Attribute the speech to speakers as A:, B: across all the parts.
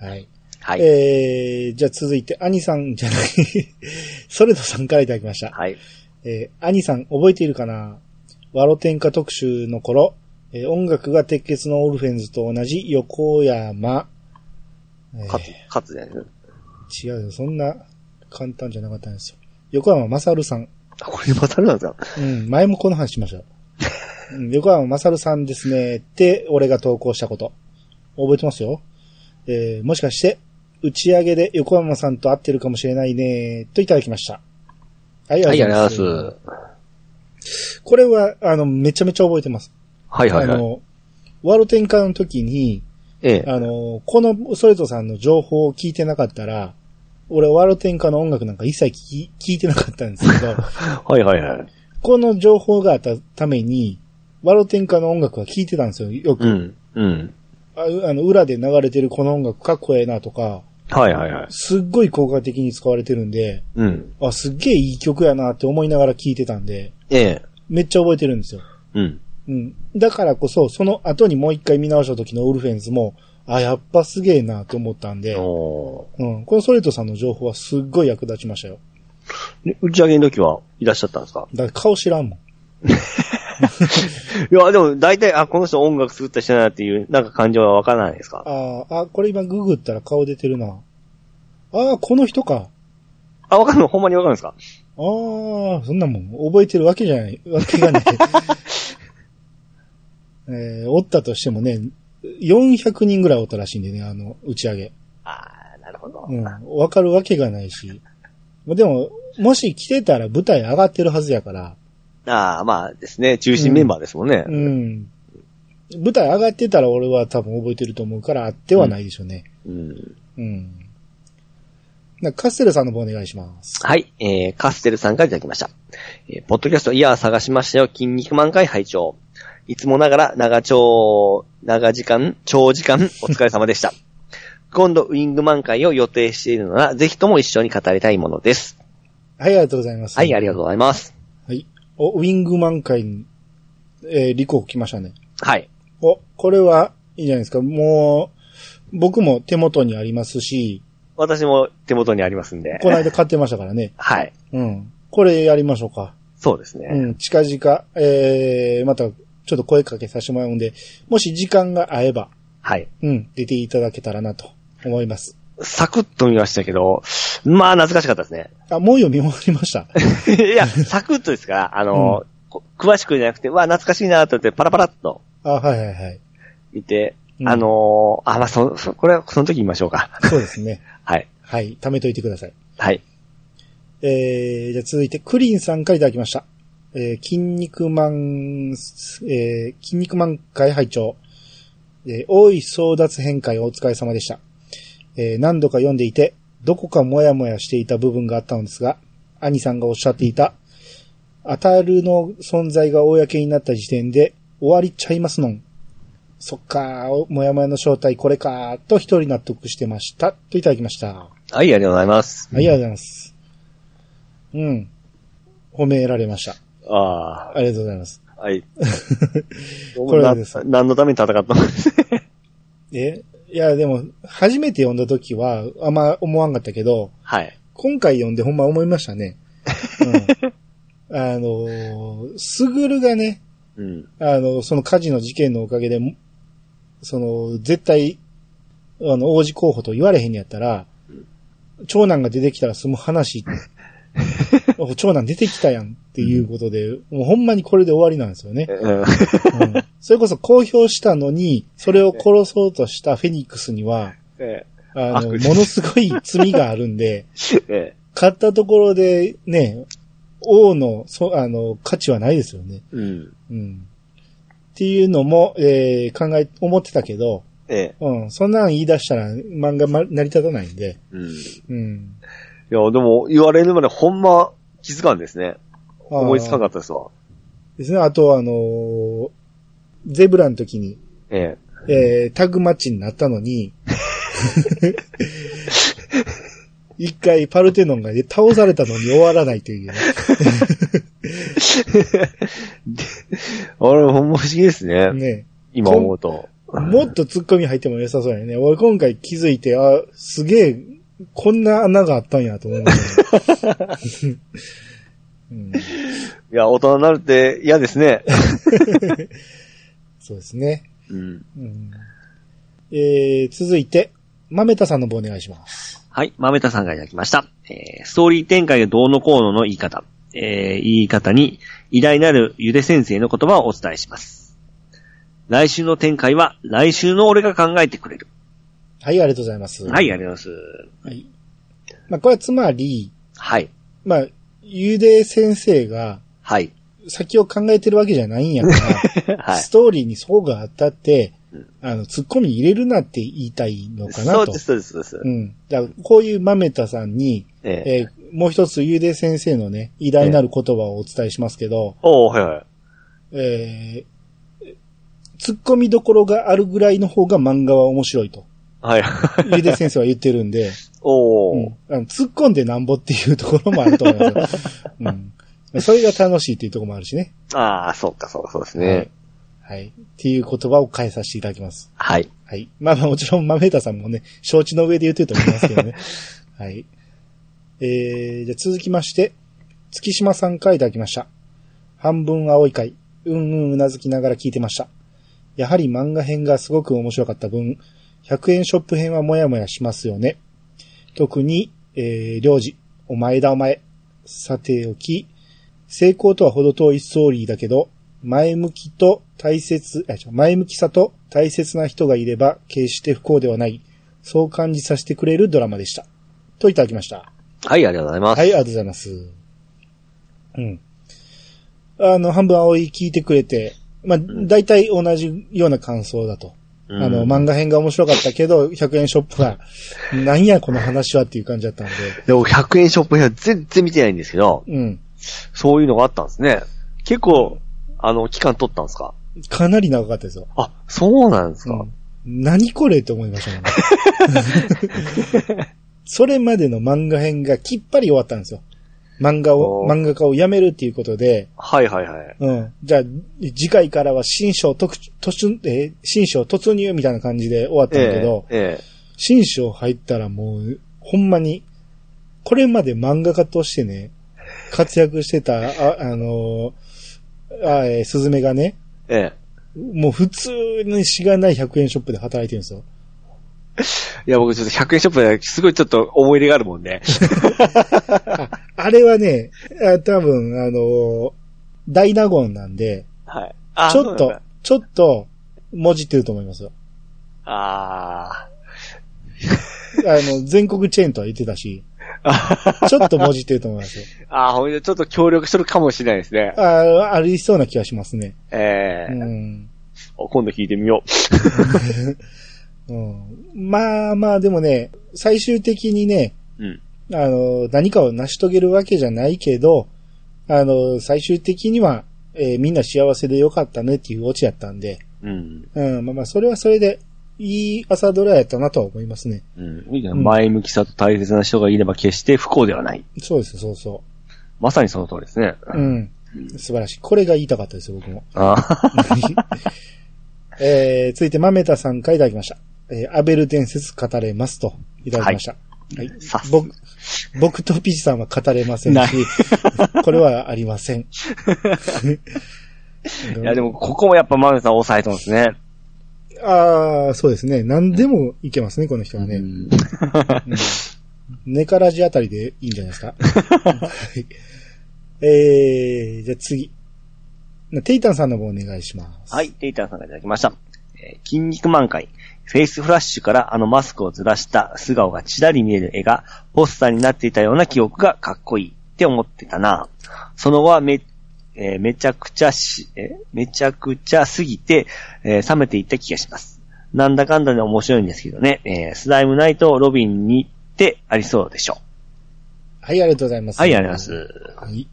A: はい。
B: はい。
A: えー、じゃあ続いて、兄さんじゃない、ソレドさんからいただきました。
B: はい。
A: えー、兄さん覚えているかなワロテンカ特集の頃、えー音楽が鉄血のオルフェンズと同じ横山。えー
B: 勝つ、勝つじゃないですか。
A: 違うよ。そんな簡単じゃなかったんですよ。横山まさるさん。
B: あ、これまたあれなんですか
A: うん、前もこの話しました。うん横山まさるさんですね。って、俺が投稿したこと。覚えてますよ。えー、もしかして、打ち上げで横山さんと会ってるかもしれないね。といただきました。はい、
B: はい、ありがとうご
A: ます。
B: ざいます。
A: これは、あの、めちゃめちゃ覚えてます。
B: はいはい
A: あ
B: はい。
A: の、ワールド展開の時に、
B: ええ。
A: あの、このソレトさんの情報を聞いてなかったら、俺ワールド展開の音楽なんか一切聞き聞いてなかったんですけど、
B: はいはいはい。
A: この情報があったために、ワールド展開の音楽は聞いてたんですよ。よく、
B: うん。うん。
A: ああの、裏で流れてるこの音楽かっこええなとか、
B: はいはいはい。
A: すっごい効果的に使われてるんで、
B: うん。
A: あ、すっげえいい曲やなって思いながら聞いてたんで、
B: ええ。
A: めっちゃ覚えてるんですよ。
B: うん。
A: うん。だからこそ、その後にもう一回見直した時のウルフェンズも、あ、やっぱすげえなと思ったんで、
B: おー
A: うん。このソレトさんの情報はすっごい役立ちましたよ。
B: で打ち上げの時はいらっしゃったんですか
A: だから顔知らんもん。
B: いや、でも大体、あ、この人音楽作った人だなっていう、なんか感情はわからないですか
A: あーあ、これ今ググったら顔出てるな。ああ、この人か。
B: あ、わかるのほんまにわかるんですか
A: ああ、そんなもん、覚えてるわけじゃない、わけがない。 えー、おったとしてもね、400人ぐらいおったらしいんでね、あの、打ち上げ。
B: あー、なるほど。
A: うん、わかるわけがないし。でも、もし来てたら舞台上がってるはずやから、
B: あー、まあですね、中心メンバーですもんね。
A: うん。舞台上がってたら俺は多分覚えてると思うから、あってはないでしょうね。
B: うん
A: うん。なんかカステルさんの方お願いします。
B: はい、えー、カステルさんからいただきました。えー、ポッドキャストイヤー探しましたよ、筋肉満開拝聴いつもながら長長、長時間、長時間、お疲れ様でした。 今度、ウィング満開を予定しているのなら、ぜひとも一緒に語りたいものです。
A: はい、ありがとうございます。
B: はい、あり
A: が
B: がとうございます。
A: とう。はい。お、ウィングマン会に、えー、リコ来ましたね。
B: はい。
A: お、これはいいじゃないですか。もう、僕も手元にありますし、
B: 私も手元にありますんで。
A: この間買ってましたから ね。
B: はい。
A: うん。これやりましょうか。
B: そうですね。
A: うん、近々、えー、また、ちょっと声かけさせてもらうんで、もし時間が合えば、
B: はい。
A: うん、出ていただけたらなと思います。
B: サクッと見ましたけど、まあ、懐かしかったですね。
A: あ、もう読み終わりました。
B: いや、サクッとですから、あの、こ詳しくじゃなくて、わあ、懐かしいなと思って、パラパラっと
A: あ、はいはいはい。
B: 見て、
A: うん
B: あのーあ、まあ、そ、そこれはその時言いましょうか。
A: そうですね。
B: はい。
A: はい、貯めといてください。
B: はい。
A: えー、じゃあ続いて、クリンさんからいただきました。えー、筋肉マン、えー、筋肉マン会拝聴えー、大井争奪変会お疲れ様でした。えー、何度か読んでいて、どこかモヤモヤしていた部分があったのですが、兄さんがおっしゃっていた、アタルの存在が公になった時点で、終わりちゃいますのん。そっかー、モヤモヤの正体これかー、と一人納得してました。といただきました。
B: はい、ありがとうございます。
A: はい、ありがとうございます。うん。褒められました。
B: あ
A: ありがとうございます。
B: あ、はい。
A: これです
B: な何のために戦ったの
A: えいや、でも、初めて読んだ時は、あんま思わんかったけど、
B: はい。
A: 今回読んでほんま思いましたね。うん。あのー、すぐるがね、
B: うん。
A: あの、その火事の事件のおかげで、その、絶対、あの、王子候補と言われへんやったら、長男が出てきたら済む話、お長男出てきたやんっていうことで、もうほんまにこれで終わりなんですよね。
B: うん。
A: うんそれこそ公表したのに、それを殺そうとしたフェニックスには、
B: え
A: あの、も
B: 悪
A: のすごい罪があるんで、
B: え。
A: 買ったところでね、王の、そあの、価値はないですよね。
B: うん。
A: うん。っていうのも、えー考え、思ってたけど、
B: ええ。
A: うん、そんなん言い出したら漫画ま成り立たないんで、
B: うん。い
A: うん。
B: や、でも、言われるまでほんま気づかんですね。思いつか
A: が
B: なかったですわ。
A: ですね。あと、あのーゼブラの時に、
B: ええ。
A: えータッグマッチになったのに、一回パルテノンが倒されたのに終わらないというね、
B: あれ、ほんま不思議ですね。
A: ね
B: 今思うと。
A: もっと突っ込み入っても良さそうやね。俺今回気づいて、あ、すげえ、こんな穴があったんやと 思いました、ねうん。
B: いや、大人になるって嫌で すね。
A: そうですね。
B: うん。
A: うんえー、続いて、まめたさんの方お願いします。
B: はい、豆田さんがいただきました。えーストーリー展開がどうのこうのの言い方。えー言い方に、偉大なるゆで先生の言葉をお伝えします。来週の展開は、来週の俺が考えてくれる。
A: はい、ありがとうございます。
B: はい、ありがとうござい
A: はい。まあ、これはつまり、
B: ます。はい。
A: まあ、ゆで先生が
B: はい。
A: 先を考えてるわけじゃないんやから、
B: はい
A: ス。トーリーにそうが当たって
B: うん、
A: あの、突っ込み入れるなって言いたいのかな
B: そう
A: と。
B: です、そうです、そうです。
A: うん。だからこういうまめたさんに、
B: ええ
A: えーもう一つゆで先生のね、偉大なる言葉をお伝えしますけど、
B: おー、はいはい。
A: えー、突っ込みどころがあるぐらいの方が漫画は面白い と、
B: はい。
A: ゆで先生は言ってるんで、
B: お
A: う
B: ー。
A: んあの突っ込んでなんぼっていうところもあると思いますよ。 うん。それが楽しいっていうところもあるしね。
B: ああ、そうか、そうか、そうです
A: はい
B: ね。。
A: はい。っていう言葉を変えさせていただきます。
B: はい。
A: はい。まあまあもちろん、マメータさんもね、承知の上で言ってると思いますけどね。はい。えー、じゃあ続きまして、月島さんからいただきました。半分青い回、うんうんうなずきながら聞いてました。やはり漫画編がすごく面白かった分、100円ショップ編はもやもやしますよね。特に、えー、領事、お前だお前。さておき、成功とは程遠いストーリーだけど、前向きと大切、あ違う前向きさと大切な人がいれば決して不幸ではない。そう感じさせてくれるドラマでした。といただきました。
B: はい、ありがとうございます。
A: はい、ありがとうございます。うん。あの、半分青い聞いてくれて、まあ、大体同じような感想だと。
B: うん
A: あの、漫画編が面白かったけど、100円ショップは、なんやこの話はっていう感じだったんで。
B: でも、100円ショップには全然見てないんですけど、
A: うん。
B: そういうのがあったんですね。結構、あの、期間取ったんですか
A: かなり長かったですよ。
B: あ、そうなんですか、
A: うん何これって思いましたもんね。 それまでの漫画編がきっぱり終わったんですよ。漫画を、
B: おー
A: 漫画家を辞めるっていうことで、
B: はいはいはい。
A: うん。じゃあ、次回からは新章特、突、えー新章突入みたいな感じで終わったんだけど、
B: ええ
A: 新章入ったらもう、ほんまに、これまで漫画家としてね、活躍してた、あ、あのーあ、えー、すずめがね、
B: ええ
A: もう普通にしがない100円ショップで働いてるんですよ。
B: えいや、僕ちょっと100円ショップですごいちょっと思い入れがあるも んで。
A: あれはね、あ多分、あのー大納言なんで、
B: はい。あ
A: ちょっ。
B: そうな
A: と
B: んだ、
A: ちょっと、もじってると思いますよ。
B: あ
A: あの、 全国チェーンとは言ってたし、
B: ー
A: ちょっともじってると思いますよ。
B: あー、ほんで、ちょっと協力するかもしれないですね。
A: あありそうな気がしますね。
B: え
A: う
B: え
A: ん。
B: 今度聞いてみよう。
A: うん、まあまあ、でもね、最終的にね、
B: うん。
A: あの、何かを成し遂げるわけじゃないけど、あの、最終的には、えーみんな幸せでよかったねっていうオチやったんで、
B: うん。
A: うん、まあまあ、それはそれで、いい朝ドラやったなとは思いますね。
B: うん。いいじゃん前向きさと大切な人がいれば決して不幸ではない。
A: そうです、そうそ
B: まさにその通りですね。
A: う。うん。素晴らしい。これが言いたかったです、僕も。
B: あー
A: えー、続いて、まめたさんからいただきました。えー、アベル伝説語れますと、いただきました。はい。
B: さす
A: 僕、僕とピチさんは語れません
B: ない
A: し、 これはありませ ん。
B: いや、でも、ここもやっぱマネさん抑えてますね。
A: ああ、そうですね。何でもいけますね、この人はね。
B: うん
A: ネカラジあたりでいいんじゃないです か。はいえー、じゃあ次。テイタンさんの方お願いします。
B: はい、テイタンさんがいただきました。えー筋肉満開。フェイスフラッシュからあのマスクをずらした素顔がちらり見える絵がポスターになっていたような記憶がかっこいいって思ってたな。その後はめ、えーめちゃくちゃし、えーめちゃくちゃすぎて、えー冷めていった気がします。なんだかんだで面白いんですけどね。えースライムナイトロビンに行ってありそうでしょ
A: はい、ありがとうございま
B: う。
A: す。
B: はい、ありがとうございます。
A: はい。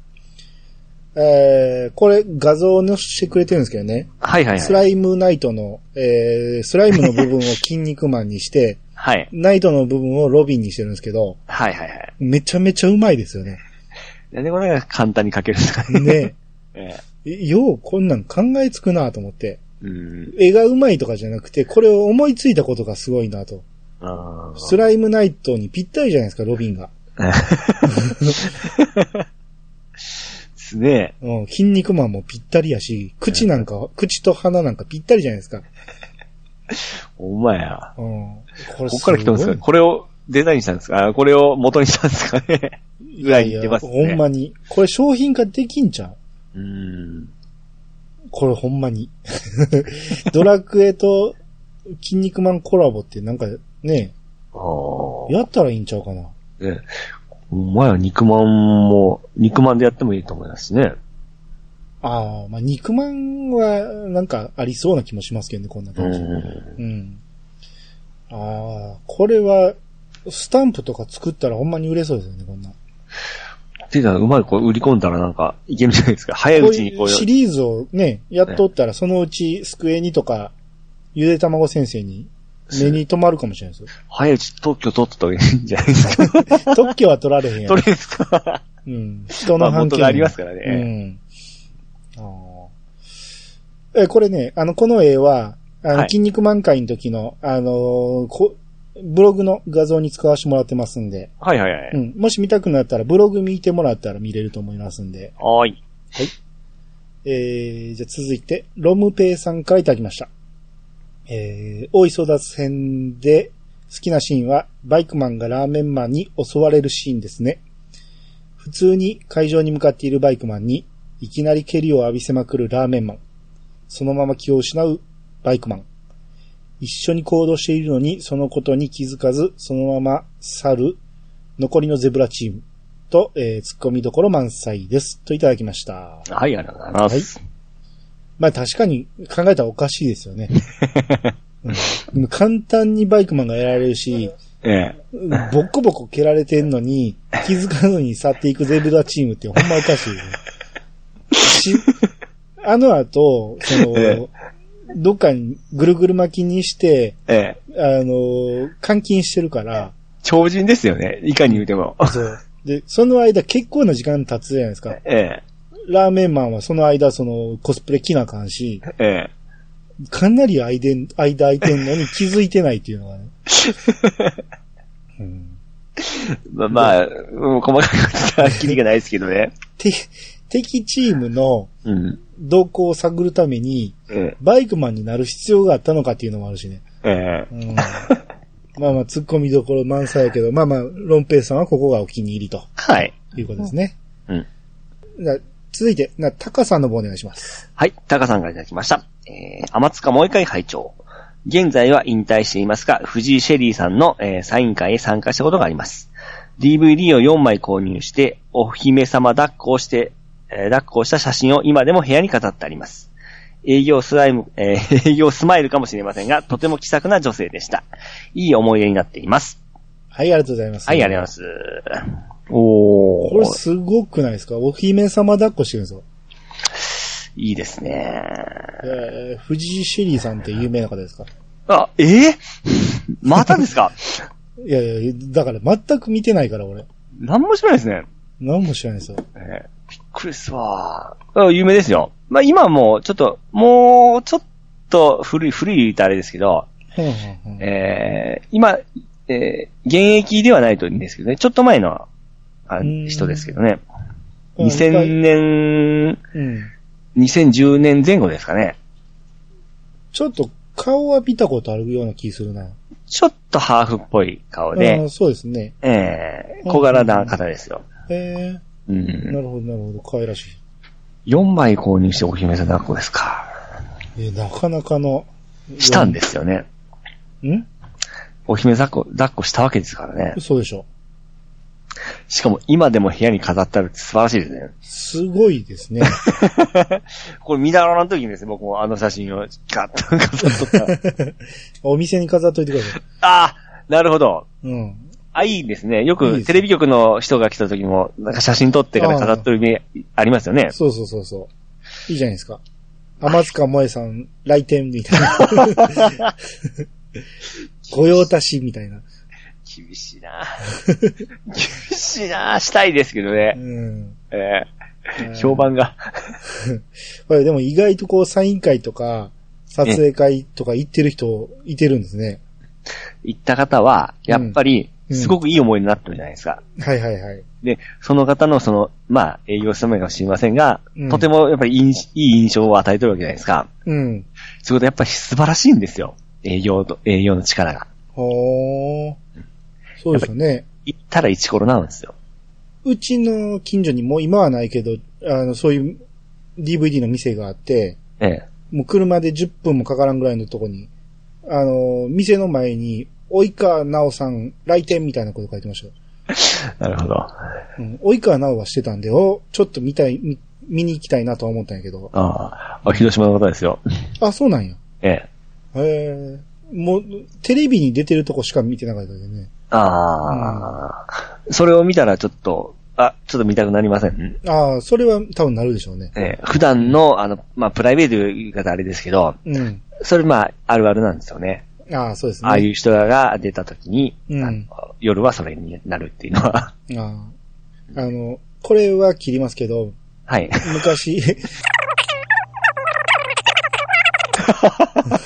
A: えー、これ画像を載せてくれてるんですけどね。
B: はいはい
A: ス
B: はい。
A: ライムナイトの、えー、スライムの部分を筋肉マンにして、
B: はい。
A: ナイトの部分をロビンにしてるんですけど、
B: はいはいはい。
A: めちゃめちゃうまいですよね。
B: なんでこれが簡単に書けるんですかね。
A: ね
B: え
A: ようこんなん考えつくなと思って。
B: えうん。
A: 絵が上手いとかじゃなくて、これを思いついたことがすごいなと。
B: ああ。
A: スライムナイトにぴったりじゃないですか、ロビンが。
B: ですね。
A: うん、筋肉マンもぴったりやし、口なんか、口と鼻なんかぴったりじゃないですか。
B: ほんまや。
A: うん。これ
B: こっから来たんです
A: ご
B: か
A: い
B: これをデザインしたんですかあこれを元にしたんですかねぐらい
A: い
B: に言っ
A: や
B: てますね。
A: ほんまに。これ商品化できんじゃん
B: うーん。
A: これほんまに。 ドラクエと筋肉マンコラボってなんかね、
B: ああ。
A: やったらいいんちゃうかな。
B: ね。ほんまや、肉まんも、肉まんでやってもいいと思いますしね。
A: ああ、まあ、肉まんはなんかありそうな気もしますけどね、こんな
B: う
A: 感じ。
B: ん。
A: うん。ああ、これは、スタンプとか作ったらほんまに売れそうですよね、こんな。
B: ていうか、うまいこう売り込んだらなんか、いけるんじゃないですか。早いうちにこ
A: こ
B: う
A: ういうシ
B: いう。
A: リーズをね、やっとったら、そのうち、スクエニとか、ゆで卵先生に、目に留まるかもしれないですよ。
B: 早いうち特許取ってた方がいいんじゃないですか。
A: 特許は取られへんや
B: 取
A: ん
B: れ。ですか
A: うん。人
B: ま
A: の
B: あ、
A: 反
B: 元
A: 響
B: がありますからね。
A: ね。うん。あーえ、これね、あの、この絵は、あの、
B: はい
A: 筋肉満開の時の、あのーこブログの画像に使わせてもらってますんで、
B: はいはいは
A: う
B: い。
A: ん。もし見たくなったら、ブログ見てもらったら見れると思いますんで。
B: はーい。
A: えー、じゃあ続いて、ロムペイさんからいただきました。えー、大井争奪編で好きなシーンは、バイクマンがラーメンマンに襲われるシーンですね。普通に会場に向かっているバイクマンに、いきなり蹴りを浴びせまくるラーメンマン。そのまま気を失うバイクマン。一緒に行動しているのに、そのことに気づかず、そのまま去る、残りのゼブラチーム。と、えー、突っ込みどころ満載です。といただきました。
B: はい、ありがとうございます。
A: まあ確かに考えたらおかしいですよね。 うん、でも簡単にバイクマンがやられるし、
B: ええ。
A: ボッコボコ蹴られてんのに、気づかずに去っていくゼブラチームってほんまおかしいよね。し、あの後、その
B: え、
A: どっかにぐるぐる巻きにして、
B: ええ。
A: あの、監禁してるから、
B: 超人ですよね。いかに言うても。
A: そう。で、その間結構な時間経つじゃないですか。
B: え
A: ラーメンマンはその間、その、コスプレ着なあかんし、
B: え。ええ。
A: かなり間い間空いてんのに気づいてないっていうの がね。うん、
B: まあ、まあ、うん細かく言ったらキリがないですけどね。
A: て敵チームの
B: うん。
A: 動向を探るために、
B: え
A: バイクマンになる必要があったのかっていうのもあるしね。
B: え。え
A: うん、 まあまあ、突っ込みどころ満載やけど、まあまあ、ロンペイさんはここがお気に入りと
B: はい。
A: いうことですね。
B: うん。
A: じゃあ続いて、な、タカさんの方お願いします。
B: はい、タカさんからいただきました。えー、天塚もう一回拝聴現在は引退していますが、藤井シェリーさんの、えーサイン会へ参加したことがあります。DVD を4枚購入して、お姫様抱っこをして、えー抱っこをした写真を今でも部屋に飾ってあります。営業スライム、えー 営業スマイルかもしれませんが、とても気さくな女性でした。いい思い出になっています。
A: はい、ありがとうございます。
B: はい、ありが
A: す。
B: とうございます。お
A: これすごくないですかお姫様抱っこしてるんですよ。
B: いいですね。
A: えー、藤井シェリーさんって有名な方ですか
B: あ、えー、 またですか
A: いやいや、だから全く見てないから、俺。
B: なんも知らないですね。
A: 何も知らないですよ。
B: えーびっくりっすわあ有名ですよ。まあ今はもうちょっと、もうちょっと古い、古い言うとあれですけど、
A: ふんふんふん
B: えー今、えー現役ではないといいんですけどね、ちょっと前のあ
A: うん
B: 人ですけどね。
A: うん
B: 2000年、
A: うん。
B: 2010年前後ですかね。
A: ちょっと顔は見たことあるような気するな。
B: ちょっとハーフっぽい顔で、
A: うんそうですね。
B: えー小柄な方ですよ。
A: え
B: う
A: ー、
B: ん、
A: なるほど、なるほど。可愛らしい。
B: 4枚購入してお姫様抱っこですか。
A: えーなかなかの。
B: したんですよね。
A: ん
B: お姫抱っこ、抱っこしたわけですからね。
A: そうでしょ。
B: しかも今でも部屋に飾ってあるって素晴らしいですね。
A: すごいです ね。
B: これ見習わの時にですね、僕もあの写真をガッと飾 っとった。
A: お店に飾っといてください。
B: ああ、なるほど。
A: うん。
B: あ、いいですね。よ
A: いいです
B: く
A: ね
B: テレビ局の人が来た時も、なんか写真撮ってから飾ってる目ありますよね。
A: そうそうそうそう。いいじゃないですか。天塚萌さん来店みたいな。 御用達みたいな。
B: 厳しいな厳しいなしたいですけど
A: う
B: ね。
A: ん。
B: え
A: う
B: ー
A: ん
B: 評判が。
A: これでも意外とこうサイン会とか、撮影会とか行ってる人、いてるんですね。
B: 行った方は、やっぱり、
A: うん
B: すごくいい思いになってるじゃないですか。
A: はいはいはい。
B: で、その方のその、まあ、営業したのかもしれませんが、
A: うん
B: とてもやっぱりいいいい印象を与えてるわけじゃないですか。
A: うん。
B: そういうことやっぱり素晴らしいんですよ。営業と、営業の力が。
A: ほー。そうですよね。
B: 行ったら一コロなんですよ。
A: うちの近所にもう今はないけど、あの、そういう DVD の店があって、
B: ええ。
A: もう車で10分もかからんぐらいのとこに、あの、店の前に、及川直さん来店みたいなこと書いてましたよ。
B: なるほど。あ
A: うん。及川直はしてたんで、お、ちょっと見たい、見見に行きたいなとは思ったんやけど。
B: あ、あ広島の方ですよ。
A: あ、そうなんや。
B: ええ。
A: へえ。もう、テレビに出てるとこしか見てなかったけどね。
B: ああ、それを見たらちょっと、あ、ちょっと見たくなりません。
A: ああ、それは多分なるでしょうね。
B: ええ、普段の、あの、まあ、プライベートいう言い方あれですけど、
A: うん。
B: それまあ、あるあるなんですよね。
A: ああ、そうですね。
B: ああいう人らが出た時に、
A: うん
B: あの夜はそれになるっていうのは。
A: ああ。あの、これは切りますけど、
B: はい。
A: 昔、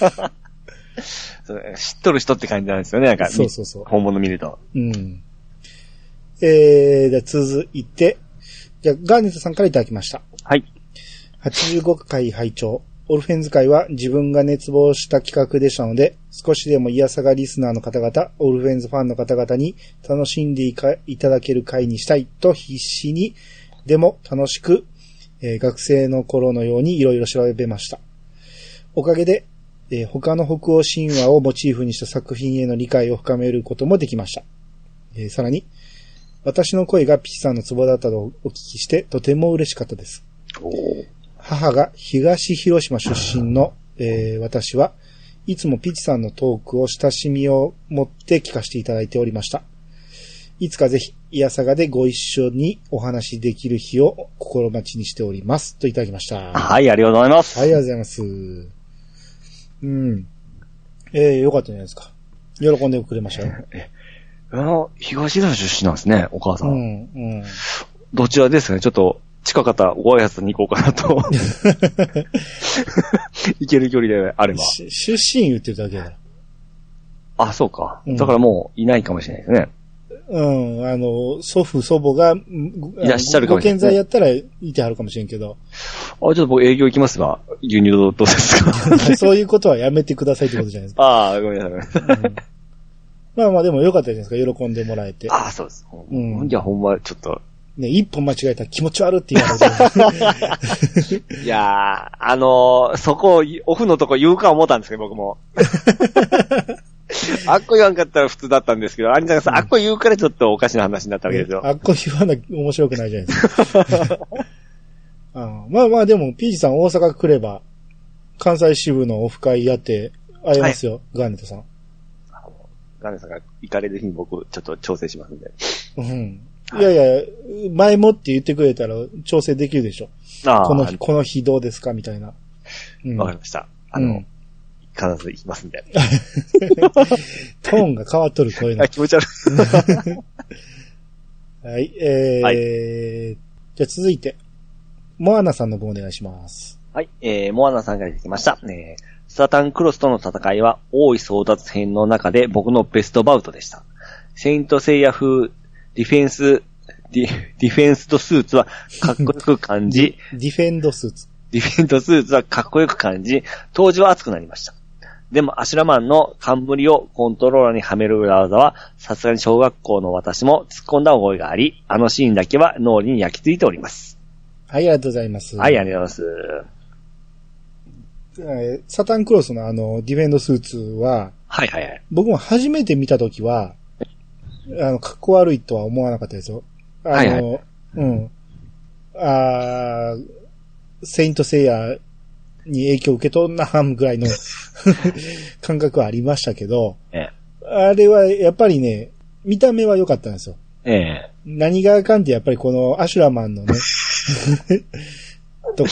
B: そう知っとる人って感じなんですよね、なんか。
A: そうそうそう
B: 本物見ると。
A: うん。えー、じゃあ続いて、じゃあガーネットさんからいただきました。
B: はい。
A: 85回拝聴オルフェンズ会は自分が熱望した企画でしたので、少しでも癒さがリスナーの方々、オルフェンズファンの方々に楽しんでいかいただける会にしたいと必死に、でも楽しく、えー学生の頃のようにいろいろ調べました。おかげで、えー他の北欧神話をモチーフにした作品への理解を深めることもできました。えーさらに、私の声がピチさんのツボだったとお聞きして、とても嬉しかったです。母が東広島出身の、えー私はいつもピチさんのトークを親しみを持って聞かせていただいておりました。いつかぜひ、イヤサガでご一緒にお話しできる日を心待ちにしております。といただきました。はい、
B: はい、ありがとうございます。
A: ありがとうございます。うん。えー、よかったじゃないですか。喜んでくれました よ。
B: あの、東田出身なんですね、お母さ。
A: うんん、うん。
B: どちらですかね、ちょっと、近かったらご挨拶に行こうか なと。行ける距離であれば。
A: し出身言ってるだけだ。
B: あ、そうか。
A: うん
B: だからもういないかもしれないですね。
A: うん、あの、祖父、祖母が、ん
B: いらっしゃるかもしれな
A: ご健
B: い
A: 在やったらいてはるかもしれんけ ど、
B: あ、ちょっと僕営業行きますが、牛乳どうですか
A: そういうことはやめてくださいってことじゃないですか。
B: ああ、ごめんなさいごめんなさい。
A: うんまあまあでもよかったじゃないですか、喜んでもらえて。
B: ああ、そうです。
A: うん
B: いや、ほんま、ちょっと。
A: ね、一歩間違えたら気持ち悪って言われて。
B: いやー、あのー、そこを、オフのとこ言うか思ったんですけど、僕も。 あっこ言わんかったら普通だったんですけど、アニタがさん、あっこ言うからちょっとおかしな話になったわけですよ。
A: あっこ言わな面白くないじゃないですか。 あまあまあでも、ピーチさん大阪来れば、関西支部のオフ会やって、会えますよ、ガーネットさん。
B: ガネさんが行かれる日に僕、ちょっと調整しますんで。
A: うん。いやいや、前もって言ってくれたら調整できるでしょ。
B: ああ、
A: この日、
B: わ
A: この日どうですかみたいな。うん
B: かりました。あの、
A: うん
B: 必ず行きますんで。
A: トーンが変わっとる、こういうの
B: あ。 気持ち悪い。
A: はい、えー、
B: は
A: じゃあ続いて、モアナさんの分お願いします。
B: はい、えー、モアナさんからいただきました。えー、サタンクロスとの戦いは、大井争奪編の中で僕のベストバウトでした。セイントセイヤ風、ディフェンス、ディディフェンスとスーツはかっこよく感 じ、
A: ディフェンドスーツ。
B: ディフェントスーツはかっこよく感じ、当時は熱くなりました。でも、アシュラマンの冠をコントローラーにはめる裏技は、さすがに小学校の私も突っ込んだ覚えがあり、あのシーンだけは脳裏に焼き付いております。
A: はい、ありがとうございます。
B: はい、ありがとうございます。
A: えーサタンクロスのあの、ディフェンドスーツは、
B: はいはいはい。
A: 僕も初めて見たときは、あの、かっこ悪いとは思わなかったですよ。あの、
B: はいは
A: うん。あーセイントセイヤに影響を受け取んなーぐらい の感覚はありましたけど、
B: ええ
A: あれはやっぱりね、見た目は良かったんですよ。
B: ええ。
A: 何があかんってやっぱりこのアシュラマンの ね、とか、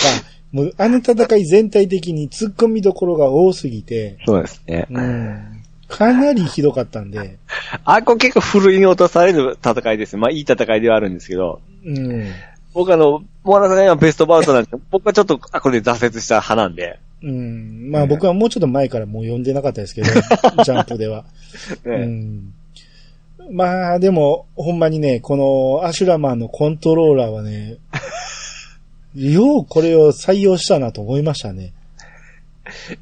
A: もうあの戦い全体的に突っ込みどころが多すぎて、
B: そうですね。
A: うん、かなりひどかったんで、
B: あ、これ結構ふるいに落とされる戦いです。まあ、いい戦いではあるんですけど、
A: うん。
B: 僕あの、モアナさんが今ベストバウトなんですけど、僕はちょっと、あ、これで挫折した派なんで、
A: うん。まあ
B: ね
A: 僕はもうちょっと前からもう読んでなかったです けど、ジャンプでは。う
B: ね
A: ん。まあでも、ほんまにね、このアシュラマンのコントローラーは ね、ようこれを採用したなと思いましたね。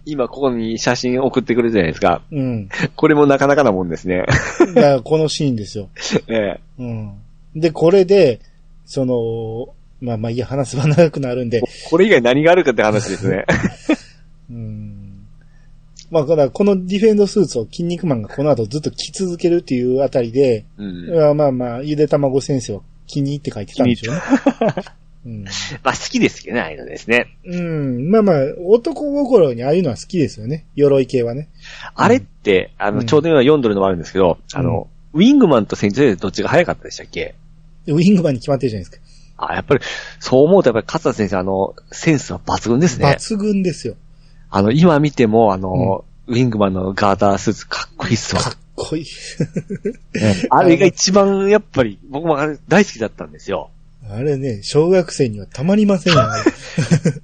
B: 今ここに写真送ってくれるじゃないですか。
A: うん。だ
B: これもなかなかなもんで すね。
A: からこのシーンですよ。
B: ね
A: うん。で、これで、その、まあまあいいや、話せば長くなるんで、
B: これ以外何があるかって話ですね。
A: うん。まあ、だからこのディフェンドスーツを筋肉マンがこの後ずっと着続けるって いうあたりで、
B: うん。
A: まあまあまあ、ゆでたまご先生は気に入って書いてたんでしょうね。うん
B: まあ好きですけどね、ああいうのですね。
A: うん。まあまあ、男心にああいうのは好きですよね。鎧系はね。
B: あれって、あ
A: う
B: の、
A: ん
B: ちょうど今読んどるのもあるんですけど、あの、ウィングマンとセンチュレーどっちが早かったでしたっけ
A: ウィングマンに決まってるじゃないです
B: あ、やっぱり、そう思うとやっぱり勝田先生、あの、センスは抜群です
A: か。
B: ね。
A: 抜群ですよ。
B: あの、今見ても、あの、ウィングマンのガータースーツかっこいいっすわ。
A: かっこいい。
B: ねあれが一番、やっぱり、僕もあれ大好きだったんですよ。
A: あれね、小学生にはたまりませんよ、ね。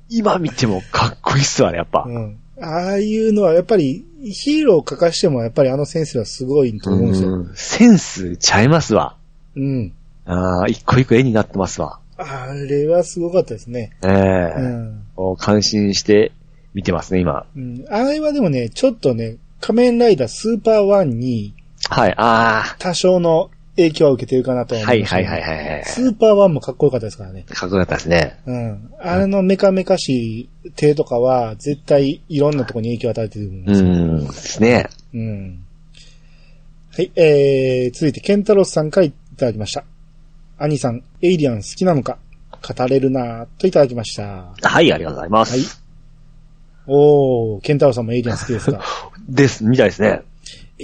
B: 今見てもかっこいいっすわね、やっぱ。
A: うん。ああいうのはやっぱり、ヒーローを書かしてもやっぱりあの先生はすごいと思うんですよ。
B: うんセンスちゃいますわ。
A: うん。
B: ああ、一個一個絵になってますわ。
A: あれはすごかったですね。
B: ええ
A: うん。
B: こう感心して見てますね、今。
A: うん。あれはでもね、ちょっとね、仮面ライダースーパーワンに
B: はい、あ
A: 多少の影響を受けてるかなと
B: あ、
A: 思
B: はいい
A: ました
B: は
A: ね
B: いはいはいはい。
A: スーパーワンもかっこよかったですからね。
B: かっこよかったですね。
A: うん。あれのメカメカしい手とかは、絶対いろんなとこに影響を与えてると思いま
B: う
A: す。
B: ん、ですね。
A: うん。はい、えー、続いて、ケンタロスさんからいただきました。兄さん、エイリアン好きなのか語れるなぁといただきました。
B: はい、ありがとうございま
A: はい
B: す。
A: おー、ケンタロスさんもエイリアン好きです か
B: です、みたいですね。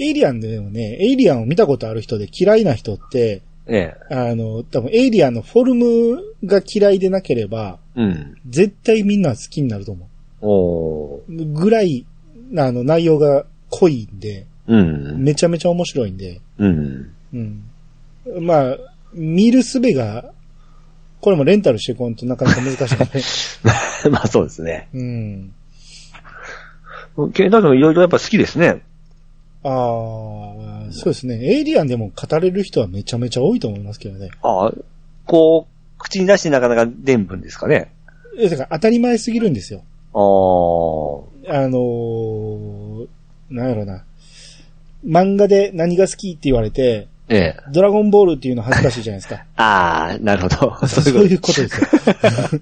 A: エイリアンでもね、エイリアンを見たことある人で嫌いな人って、
B: え
A: あの、多分エイリアンのフォルムが嫌いでなければ、
B: え。うん。
A: 絶対みんな好きになると思
B: おー。
A: う。ぐらい、あの、内容が濃いんで、
B: うん。
A: めちゃめちゃ面白いんで、
B: うん。
A: うん。まあ、見るすべが、これもレンタルしてこんとなかなか難しいね。
B: まあそうですね。
A: うん。
B: ケンタ君いろいろやっぱ好きですね。
A: ああ、そうですね。エイリアンでも語れる人はめちゃめちゃ多いと思いますけどね。
B: ああ、こう、口に出してなかなか伝聞ですかね。
A: え、だから当たり前すぎるんですよ。
B: ああ。
A: あのー、なんやろな。漫画で何が好きって言われて、
B: ええ。
A: ドラゴンボールっていうの恥ずかしいじゃないですか。
B: ああ、なるほど。
A: そう
B: そうい
A: いううことですよ。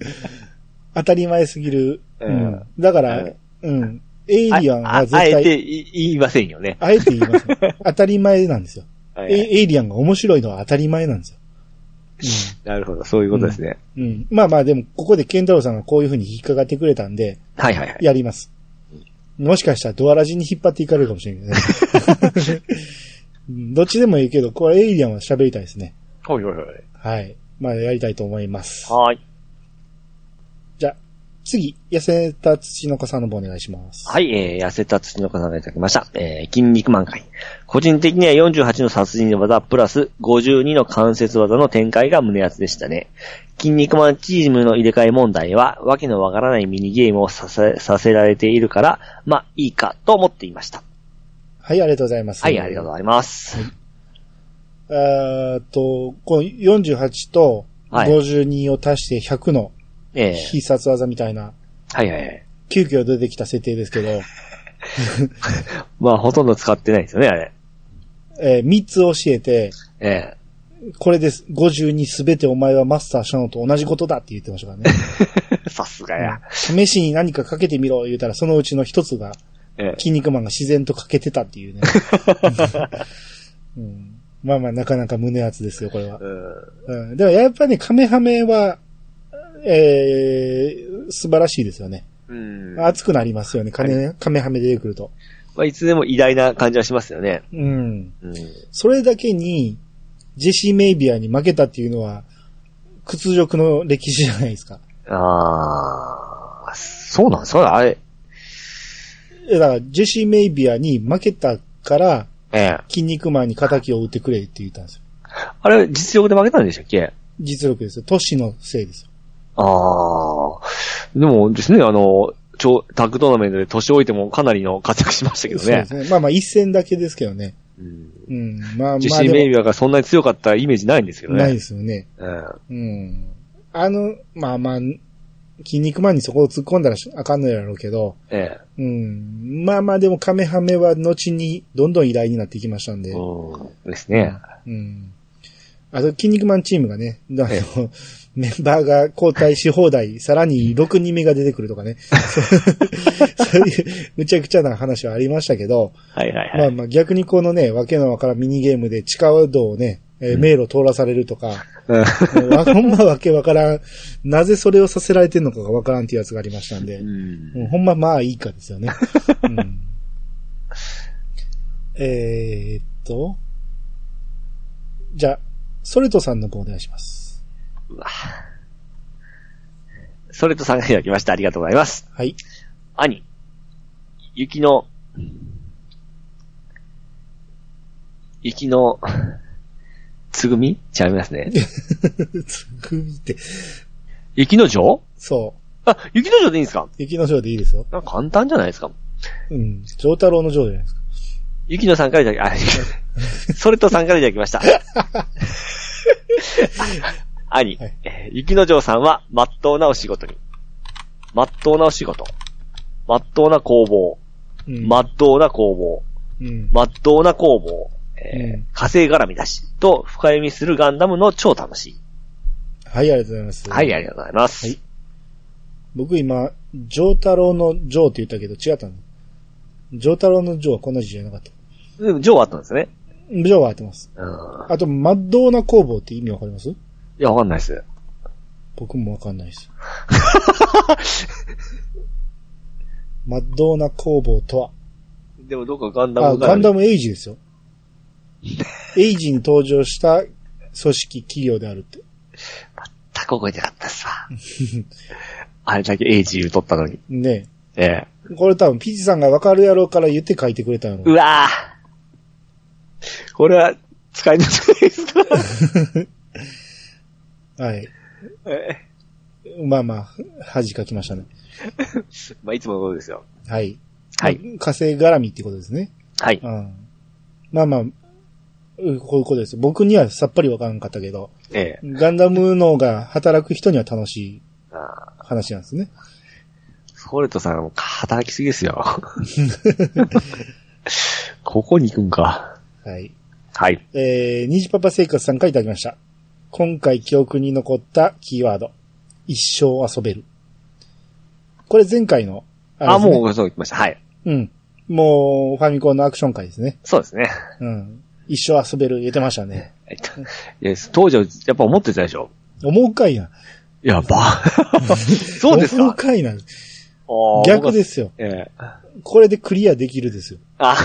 A: 当たり前すぎる。
B: ええ
A: うんだから、
B: え
A: うん。エイ
B: こと。
A: リアン
B: ああ
A: は絶
B: あえ
A: 対、
B: てい言いませんよね。
A: あえて言います、 ね。当たり前なんですよ、
B: はい
A: エイエイリアンが面白いのは当たり前なんですよ。
B: なるほど、そういうことですね。
A: うん。うん、まあまあ、でも、ここでケンタロウさんがこういう風に引っかかってくれたんで、
B: はいはいはい。
A: やります。もしかしたらドアラジに引っ張っていかれるかもしれないけ どね。うんどっちでもいいけど、これエイリアンは喋りたいですね。
B: はいはいはい。
A: はい。まあ、やりたいと思います。
B: はい。
A: じゃあ、次、痩せた土の子さんの方お願いします。
B: はい、えー、痩せた土の子さんがいただきました。えー、筋肉満開。個人的には48の殺人技プラス52の関節技の展開が胸厚でしたね。筋肉マンチームの入れ替え問題は、わけのわからないミニゲームをさせ、させられているから、まあ、いいかと思っていました。
A: はい、ありがとうございます。
B: はい、ありがとうございます。
A: えーっと、この48と
B: はい
A: 52を足して100の
B: えー、
A: 必殺技みたいな、
B: はいはいはい。
A: 急遽出てきた設定ですけど、
B: まあ、ほとんど使ってないですよね、あれ。
A: え3つ教えて、
B: ええ
A: これです。52すべてお前はマスターしたのと同じことだって言ってましたからね。
B: さすが
A: うん
B: や。
A: 試しに何かかけてみろ言うたら、そのうちの一つが、
B: ええ
A: 筋肉マンが自然とかけてたっていうね。うん、まあまあ、なかなか胸熱ですよ、これは。
B: うん
A: うん、でもやっぱりね、カメハメは、えー、素晴らしいですよね。
B: うん。ま
A: 熱くなりますよね。カメ、カメハメ出てくると。
B: あ、いつでも偉大な感じはしますよね。
A: うん。
B: うん。
A: それだけに、ジェシー・メイビアに負けたっていうのは、屈辱の歴史じゃないですか。
B: ああ、そうなんですかあれ。
A: えだから、ジェシー・メイビアに負けたから、
B: ええ
A: 筋肉マンに仇を打ってくれって言ったんですよ。
B: あれ、実力で負けたんでしたっけ
A: 実力ですよ。都市のせいですよ。
B: ああ。でもですね、あの、超、タッグトーナメントで年老いてもかなりの活躍しましたけど
A: そうで
B: ね。
A: すね。まあまあ、一戦だけですけどね。
B: うん
A: うん。まあ
B: ジェ
A: まあ
B: シー・メイ
A: で
B: ビアがそんなに強かったイメージないんですけど
A: も、ない
B: ね
A: で。すよね。
B: うん
A: うん。あの、まあまあ、筋肉マンにそこを突っ込んだらしあかんのやろうけど、
B: え
A: うん。まあまあでもカメハメは後にどんどん偉大になっていきましたん
B: え。
A: で。
B: うん。ですね。
A: うん。あと、筋肉マンチームがね、あの、メンバーが交代し放題、さらに6人目が出てくるとか ね。そうそういう、むちゃくちゃな話はありましたけど、
B: はいはい
A: ま
B: は
A: あ
B: い。
A: まあ逆にこのね、わけのわからんミニゲームで地下道をね、えー迷路通らされるとか、
B: うん
A: わほんまわけわからん、なぜそれをさせられてんのかがわからんっていうやつがありましたんで、
B: うん
A: うんほんままあいいかですよね。うん、えーっと、じゃあ、ソレトさんの方お願いします。
B: それと参加いただきました。ありがとうございます。
A: はい。
B: 兄、雪の、雪の、つぐみ違いますね。
A: つぐみって、
B: 雪の城
A: そ
B: あ、雪の城でいいんですか
A: う、雪の城でいいですよ。
B: なんか簡単じゃないですか。
A: うん、上太郎の城じゃないですか。
B: 雪のさんからいただき、あ、 雪それとさんからいただき ました。あ兄、
A: はい
B: えー雪の城さんは、まっとうなお仕事に。まっとうなお仕事。まっとうな工房。
A: うん、
B: まっとうな工房。
A: うん、
B: まっとうな工房、えー
A: うん
B: 火星絡みだし、と深読みするガンダムの超楽しい。
A: はい、ありがとうございます。
B: はい、ありがとうございます。
A: はい僕今、上太郎の城って言ったけど違ったの。上太郎の城はこんな字じゃなかった。
B: でも、ジョーはあったんですね。
A: 城は合ってます。
B: うん。
A: あと、マッドーナ工房って意味わかります
B: いや、わかんないです。
A: 僕もわかんないです。マッドーナ工房とは
B: でも、どっかガンダ
A: あ、
B: ム絡み
A: ガンダムエイジですよ。エイジに登場した組織、企業であるって。
B: 全く覚えてなかった っすわ。あれだけエイジ言うとったのに。
A: ね
B: ええ
A: えこれ多分、ピチさんがわかるやろうから言って書いてくれたの。
B: うわぁこれは、使えないじゃないですか。
A: はい。
B: え
A: まあまあ、恥かきましたね。
B: え まあ、いつものことですよ。
A: はい。
B: はい。。
A: 火星絡みってことですね。
B: はい。
A: うん。まあまあ、うこういうことです。僕にはさっぱりわからんかったけど、
B: ええ
A: ガンダムのが働く人には楽しい
B: ああ
A: 話なんですね。
B: ソルトさん、もう働きすぎです よ。ここに行くんか。
A: はい。
B: はい。
A: えー、虹パパ生活さんからいただきました。今回記憶に残ったキーワード。一生遊べる。これ前回の、
B: あ、
A: れですね
B: もう、そう言ってました。はい。
A: うん。もう、ファミコンのアクション回ですね。
B: そうですね。
A: うん。一生遊べる言ってましたね。
B: えっといや当時は、やっぱ思ってたでしょ
A: 思うかいな。
B: いや、ば。 そうです
A: 思う
B: か
A: かいな。
B: あー
A: 逆ですよ。
B: 僕はええ
A: これでクリアできるですよ。
B: あ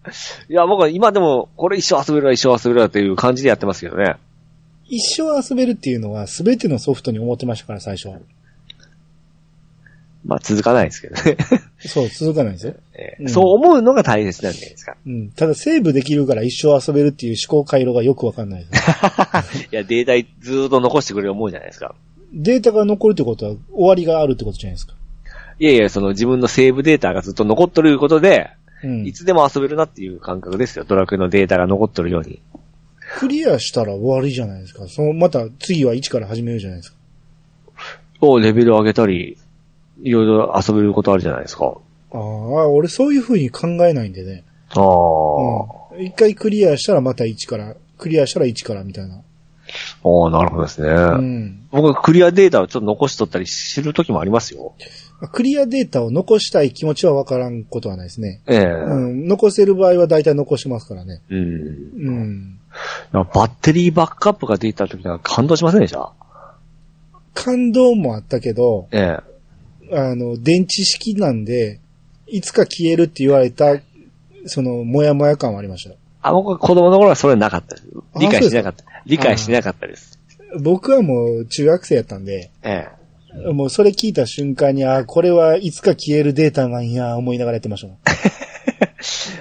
B: いや、僕は今でも、これ一生遊べるわ、一生遊べるわという感じでやってますけどね。
A: 一生遊べるっていうのは全てのソフトに思ってましたから、最初。
B: まあ、続かないですけどね。
A: そう、続かないですよ。
B: ええ
A: うん
B: そう思うのが大切なんじゃないですか。
A: うん。ただ、セーブできるから一生遊べるっていう思考回路がよくわかんないです。
B: いや、データずーっと残してくれる思うじゃないですか。
A: データが残るってことは終わりがあるってことじゃないですか。
B: いやいや、その自分のセーブデータがずっと残っとることで、
A: うん
B: い。つでも遊べるなっていう感覚ですよ。ドラクエのデータが残っとるように。
A: クリアしたら終わりじゃないですか。その、また次は1から始めるじゃないですか。
B: をレベル上げたり、いろいろ遊べることあるじゃないですか。
A: ああ、俺そういう風に考えないんでね。
B: ああ、
A: うん。一回クリアしたらまた1から、クリアしたら1からみたいな。
B: ああ、なるほどですね。
A: うん。
B: 僕はクリアデータをちょっと残しとったりするときもありますよ。
A: クリアデータを残したい気持ちはわからんことはないですね。
B: ええ
A: うん。残せる場合は大体残しますからね。
B: うん。
A: うん。
B: バッテリーバックアップが出たときなんか感動しませんでした
A: 感動もあったけど、
B: ええ
A: あの、電池式なんで、いつか消えるって言われた、その、もやもや感はありました。
B: あ、僕は子供の頃はそれなかったです。
A: あ
B: 理解しなかった。理解しなかったです。
A: 僕はもう中学生やったんで、
B: ええ
A: もうそれ聞いた瞬間に、あーこれはいつか消えるデータなんや、思いながらやってましたもん。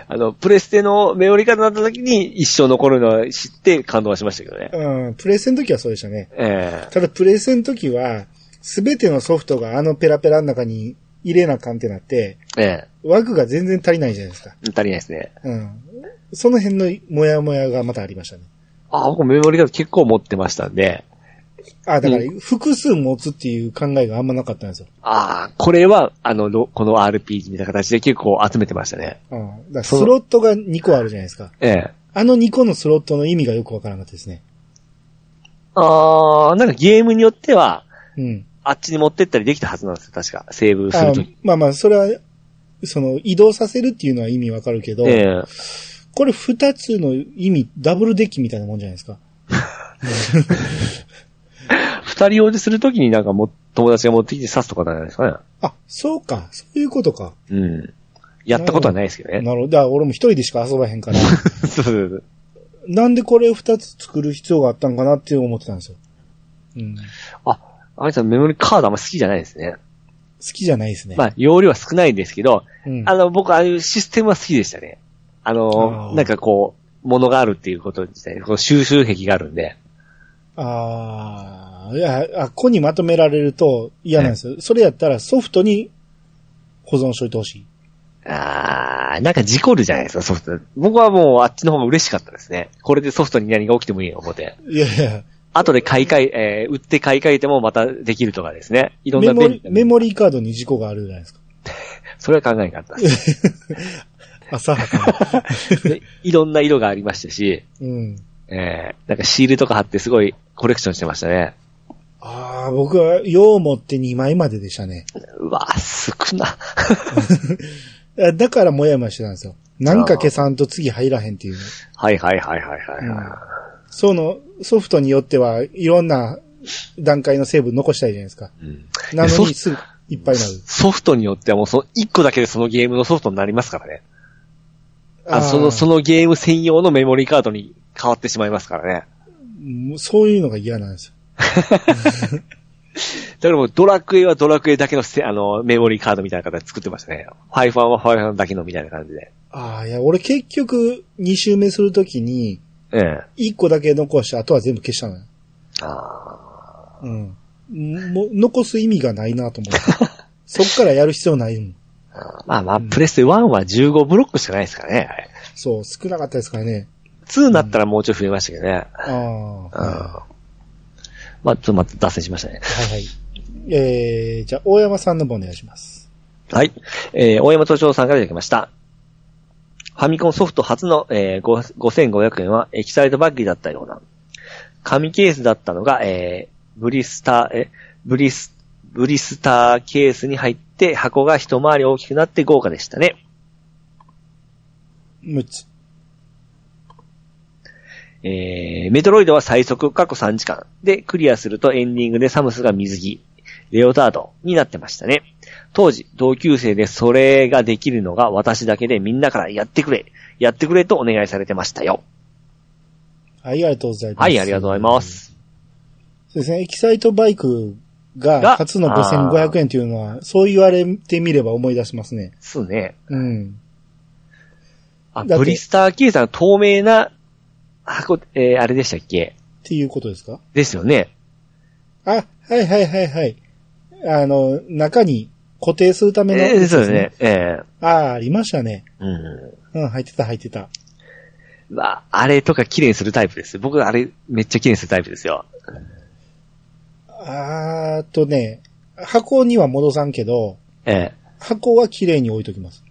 B: あの、プレステのメモリカードになったときに一生残るのは知って感動はしましたけどね。
A: うん、プレステの時はそうでしたね。
B: ええ
A: ただプレステの時は、すべてのソフトがあのペラペラの中に入れなあかんってなって、
B: え
A: 枠が全然足りないじゃないですか。
B: え、足りないですね。
A: うん。その辺のモヤモヤがまたありましたね。
B: あ、僕メモリード結構持ってましたんで、
A: あ、だから複数持つっていう考えがあんまなかったんですよ。
B: ああ、これは、あの、ろこの RPG みたいな形で結構集めてましたね。
A: うん。だからスロットが2個あるじゃないですか。
B: ええ。
A: あの2個のスロットの意味がよくわからなかったですね。
B: ああ、なんかゲームによっては、
A: うん。
B: あっちに持ってったりできたはずなんですよ、確か。セーブす
A: あ
B: るとき。
A: まあまあ、それは、その移動させるっていうのは意味わかるけど、
B: ええ。
A: これ2つの意味、ダブルデッキみたいなもんじゃないですか。
B: 二人用事するときになんかも、友達が持ってきて刺すとかなんですかね。
A: あ、そうか、そういうことか。
B: うん。やったことはないですけどね。
A: なるほど。だから俺も一人でしか遊ばへん から、
B: そうそうそう。
A: なんでこれ2つ作る必要があったのかなって思ってたんですよ。うん。好
B: あ、あいさんメモリーカードあんま好きじゃないですね。
A: きじゃないですね。
B: まあ、容量は少ないんですけど、
A: うん
B: あの、僕、ああいうシステムは好きでしたね。あの
A: あ、ー
B: なんかこう、ものがあるっていうこと自体、こう収集癖があるんで。
A: ああ、いや、あ、ここにまとめられると嫌なんですよ。それやったらソフトに保存しといてほしい。
B: あー、なんか事故るじゃないですか、ソフト。僕はもうあっちの方が嬉しかったですね。これでソフトに何が起きてもいいよ、思って。
A: いやいや、
B: 後で買い替え、えー売って買い替えてもまたできるとかですね。いろん
A: メ
B: な
A: モ
B: 便
A: リ
B: 利、な
A: メモリーカードに事故があるじゃないですか。
B: それは考えなかったです。
A: 浅はかな。
B: でいろんな色がありましたし、
A: うん。
B: えー、なんかシールとか貼ってすごいコレクションしてましたね。
A: ああ、僕は用を持って2枚まででしたね。
B: うわー、少な。
A: あだからもやもやしてたんですよ。なんか消さんと次入らへんっていう。
B: はいはいはいはいはい、
A: うん
B: は
A: その、ソフトによってはいろんな段階の成分残したいじゃないですか。
B: い。うん
A: なの
B: ソフ
A: にすぐいっぱいになる。
B: ソフトによってはもうその1個だけでそのゲームのソフトになりますからね。あ
A: ー
B: その、そのゲーム専用のメモリーカードに変わってしまいますからね。
A: もうそういうのが嫌なんですよ。
B: だからもうドラクエはドラクエだけのせあのメモリーカードみたいな形で作ってましたね。ファイファンはファイファンだけのみたいな感じで。
A: ああ、いや、俺結局2周目するときに
B: ええ。
A: 1個だけ残して、あとは全部消したのよ。
B: あ
A: うん。もう、残す意味がないなと 思って。そっからやる必要ないもん。
B: あ。まあまあ、プレステ1は15ブロックしかないですからね。あれ
A: そう、少なかったですからね。
B: 2になったらもうちょい増えましたけどね。
A: ああ。
B: うん。まあ、ちょっとまた脱線しましたね。
A: はいはい。えー、じゃあ、大山さんの方お願いします。
B: はい。えー、大山都庁さんからいただきました。ファミコンソフト初の、えー、5 5500円はエキサイトバッグだったような。紙ケースだったのが、えー、ブリスター、え、ブリス、ブリスターケースに入って箱が一回り大きくなって豪華でしたね。
A: 6つ。
B: えー、メトロイドは最速、過去3時間。で、クリアするとエンディングでサムスが水着、レオタードになってましたね。当時、同級生でそれができるのが私だけでみんなからやってくれ、やってくれとお願いされてましたよ。
A: はい、ありがとうございます。
B: はい、ありがとうございま。す。
A: そうですね、エキサイトバイク
B: が
A: が初の5500円というのは、そう言われてみれば思い出しますね。
B: そうね。
A: うん。
B: あ、
A: だって
B: ブリスターケースの透明な箱、えー、あれでしたっけ
A: っていうことですか
B: ですよね。
A: あ、はいはいはいはい。あの、中に固定するた
B: え
A: めの、
B: ー、そうです。ね。え
A: ああ、ありましたね。
B: ー、うん。
A: うん、入ってた入ってた。
B: まあ、あれとか綺麗にするタイプです。僕、あれ、めっちゃ綺麗にするタイプですよ。
A: あーっとね、箱には戻さんけど、
B: ええ
A: 箱は綺麗に置いときます。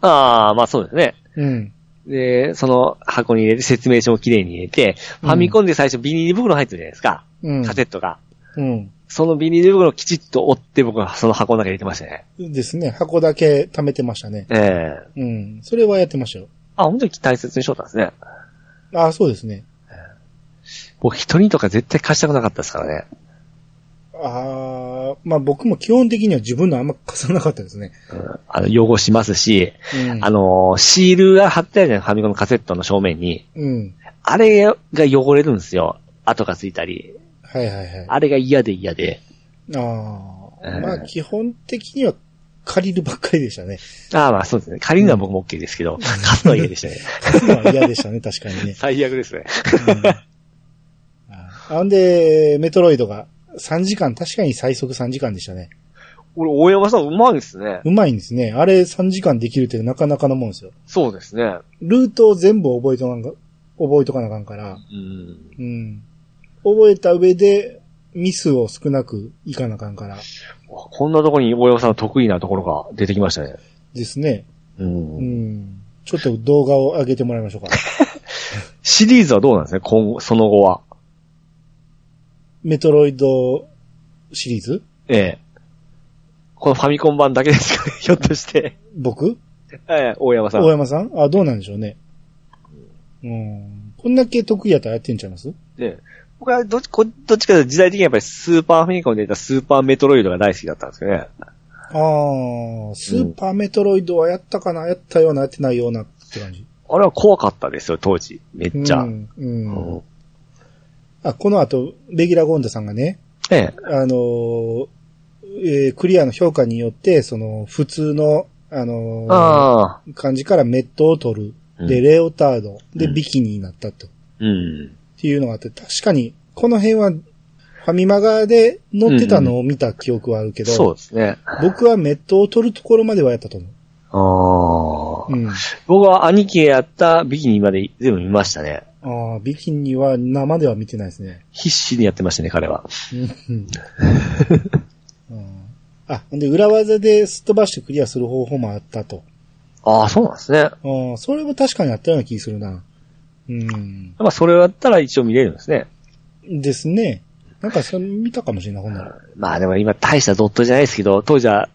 B: ああ、まあそうですね。
A: うん。
B: で、その箱に入れて説明書をきれいに入れて、ファミコンで最初ビニール袋入ってるじゃないですか。
A: うん。
B: カセットが。
A: うん。
B: そのビニール袋をきちっと折って僕はその箱の中に入れてましたね。
A: ですね。箱だけ貯めてましたね。
B: ええ
A: うん。それはやってましたよ。
B: あ、本当に大切にしようったんですね。
A: ああ、そうですね。
B: 僕人にとか絶対貸したくなかったですからね。
A: ああ、まあ僕も基本的には自分のあんま貸さなかったですね。
B: うん、あの汚しますし、
A: うん。
B: あのーシールが貼ってあるじゃないファミコンのカセットの正面に。
A: うん。
B: あれが汚れるんですよ。跡がついたり。
A: はいはいはい。あ
B: あれが嫌で嫌で。
A: あ
B: う
A: ー。
B: ん
A: まあ基本的には借りるばっかりでしたね。
B: ああまあそうですね。借りるのは僕も OK ですけど、貸すのは嫌でしたね。
A: 貸すのは嫌でしたね、確かにね。
B: 最悪ですね。
A: うんあんで、メトロイドが3時間、確かに最速3時間でしたね。
B: 俺、大山さんうまいですね。
A: うまいんですね。あれ3時間できるってなかなかのもんですよ。
B: そうですね。
A: ルートを全部覚えとなんか、覚えとかなあかんから、
B: うん。
A: うん。覚えた上で、ミスを少なくいかなあかんから、
B: わこんなとこに大山さんの得意なところが出てきましたね。
A: ですね。
B: う。
A: うんん。ちょっと動画を上げてもらいましょうか。
B: シリーズはどうなんですね今後、その後は。
A: メトロイドシリーズ
B: ええ。このファミコン版だけですかね ひょっとして。
A: 僕
B: ええ、大山さん。
A: 大山さんあ、どうなんでしょうね。うん。こんだけ得意やったらやってんちゃいます
B: ね僕はどっち、こどっちかというと時代的にはやっぱりスーパーファミコンで出たスーパーメトロイドが大好きだったんですよね。
A: あー、スーパーメトロイドはやったかなやったような、やってないようなって感じ。
B: あれは怖かったですよ、当時。めっちゃ。
A: うん。うん
B: うん
A: あ、この後、レギュラーゴンダさんがね、
B: ええ。
A: あのーえークリアの評価によって、その、普通の、あのー
B: ああ。
A: 感じからメットを取る。
B: う
A: で、
B: ん
A: レオタード。で、
B: うん
A: ビキニになったと。っ
B: うん。
A: ていうのがあって、確かに、この辺は、ファミマ側で乗ってたのを見た記憶はあるけど、
B: そうですね。
A: 僕はメットを取るところまではやったと思
B: ああ
A: う。。うん。
B: 僕は兄貴がやったビキニまで全部見ましたね。
A: ああ、ビキニは生では見てないですね。
B: 必死にやってましたね、彼は。
A: うんうんあ、ほんで、裏技ですっ飛ばしてクリアする方法もあったと。
B: ああ、そうなんですね。やっ
A: ああ、それも確かにあったような気するな。うん。
B: ぱそれをやったら一応見れるんですね。
A: ですね。なんか、それ見たかもしれない、ほんなら。
B: まあでも今大したドットじゃないですけど、当時は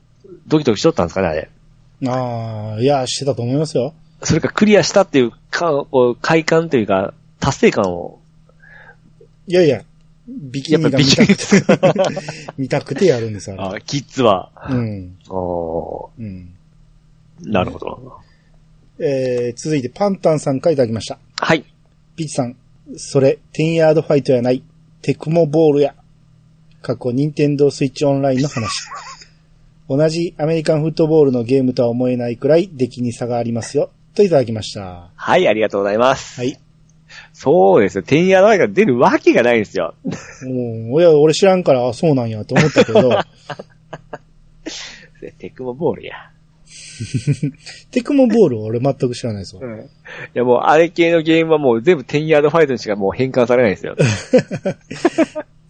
B: ドキドキしとったんですかね、あれ。
A: ああ、いや、してたと思いますよ。
B: それかクリアしたっていうか、こう快感というか、達成感を、
A: いやいや、ビキ
B: やっ
A: ニ
B: ぱ
A: が
B: ビ
A: 見
B: キ
A: た
B: ニ
A: く
B: で
A: て、
B: すか
A: 見たくてやるんです、あ
B: あキッズは。
A: れ。うん。
B: お
A: うん。
B: ーなるほど。
A: えー、続いて、パンタンさんからいただきました。
B: はい。
A: ピッチさん、それ、10ヤードファイトやない、テクモボールや。過去、ニンテンドースイッチオンラインの話。同じアメリカンフットボールのゲームとは思えないくらい出来に差がありますよ。といただきました。
B: はい、ありがとうございます。
A: はい。
B: そうですよ。天野の前から出るわけがないんですよ。
A: もう、いや、俺知らんから、あ、そうなんやと思ったけ ど、
B: テクモボールや。
A: テクモボールは俺全く知らないですわ。
B: いやもう、あれ系のゲームはもう全部10ヤードファイトにしかもう変換されないんですよ。